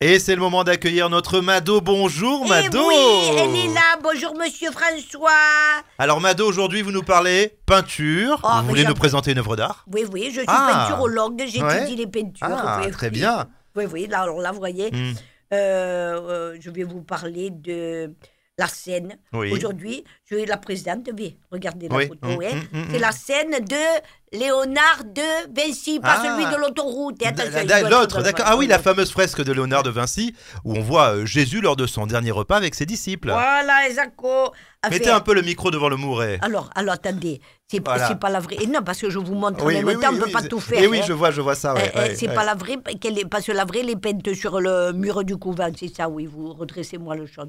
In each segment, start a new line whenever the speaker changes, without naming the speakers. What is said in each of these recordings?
Et c'est le moment d'accueillir notre Mado. Bonjour
Eh
Mado
oui, elle est là. Bonjour, monsieur François.
Alors Mado, aujourd'hui vous nous parlez peinture.
Oh,
vous
mais
voulez
j'ai-
nous présenter une œuvre d'art
Oui, oui, je suis
Ah.
peinturologue. J'étudie
Ouais.
les peintures.
Ah,
oui,
très
oui.
bien.
Oui, oui, là, alors là, vous voyez,
Hmm,
euh, euh, je vais vous parler de la scène.
Oui.
Aujourd'hui, je vais la présente. Mais regardez la
Oui.
photo.
Mm,
hein.
mm, mm,
C'est
mm.
la scène de Léonard de Vinci, pas
Ah.
celui de l'autoroute. hein, attention,
Da-
il
da-
doit-
L'autre,
doit-
d'accord. Ah oui, la fameuse fresque de Léonard de Vinci où on voit euh, Jésus lors de son dernier repas avec ses disciples.
Voilà, exactement.
Mettez un peu le micro devant le mouret.
Alors, alors attendez, c'est
Voilà.
c'est pas la vraie. Et non, parce que je vous montre en même temps, on peut pas
c'est-
tout faire.
Eh oui,
hein.
je vois, je vois ça. ouais,
Euh, euh,
ouais,
c'est
ouais.
pas la vraie, qu'elle est- parce que la vraie, elle est peinte sur le mur du couvent, c'est ça, oui, vous redressez-moi le chose.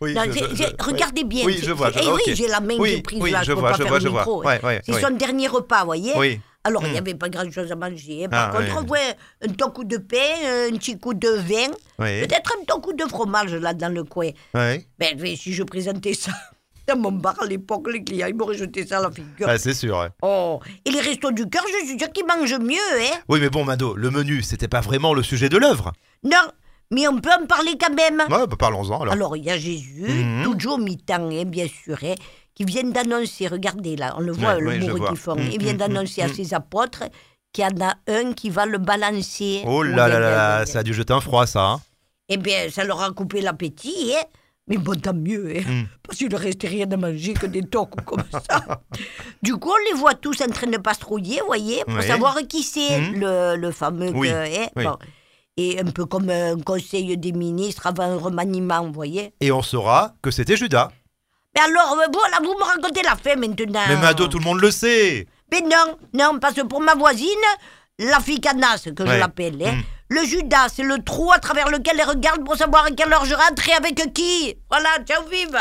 Oui,
Non,
je-
j'ai-
je-
j'ai-
ouais.
regardez bien.
Oui,
c'est-
je vois. je
eh
vois,
oui,
ok.
j'ai la main
Oui,
qui est prise
oui,
là,
je
peux
vois,
pas
je
faire
vois,
le
je vois.
micro. hein.
Ouais, ouais,
c'est
ouais.
son dernier repas, voyez
Oui.
Alors, il
Hmm.
n'y avait pas grand-chose à manger. hein. Par
Ah,
contre,
ouais.
ouais, un petit coup de pain, un petit coup de vin,
Oui.
peut-être un petit coup de fromage là dans le coin.
Ouais.
Ben, mais si je présentais ça dans mon bar à l'époque, les clients, ils m'auraient jeté ça à la figure.
Ah, c'est sûr. ouais.
Oh, et les restos du cœur, je suis sûr qu'ils mangent mieux, hein
Oui, mais bon, Mado, le menu, c'était pas vraiment le sujet de l'œuvre.
Non, mais on peut en parler quand même.
Ouais, bah, parlons-en alors.
Alors, il y a Jésus,
Mhm.
toujours mi-temps, hein, bien sûr, hein, qui vient d'annoncer, regardez là, on le voit,
Ouais,
le
ouais, je
bourreau
vois.
qui font,
Mhm,
eh, il vient
mhm,
d'annoncer à
mhm.
ses apôtres qu'il y en a un qui va le balancer.
Oh là là là là, ça a dû jeter un froid, ça. hein.
Eh bien, ça leur a coupé l'appétit, hein mais bon, tant mieux, hein,
Mhm.
parce qu'il ne restait rien à manger que des tocs comme ça. Du coup, on les voit tous en train de patrouiller, vous voyez, pour
Ouais.
savoir qui c'est,
Mhm.
le, le fameux...
Oui,
que- hein,
oui.
bon. Et un peu comme un conseil des ministres avant un remaniement, vous voyez.
Et on saura que c'était Judas.
Mais alors, euh, voilà, vous me racontez la fin maintenant.
Mais Mado, tout le monde le sait.
Mais non, non, parce que pour ma voisine, la fille canasse, que
Ouais.
je l'appelle, hein,
Mm.
le Judas, c'est le trou à travers lequel elle regarde pour savoir à quelle heure je rentre et avec qui. Voilà, ciao, vive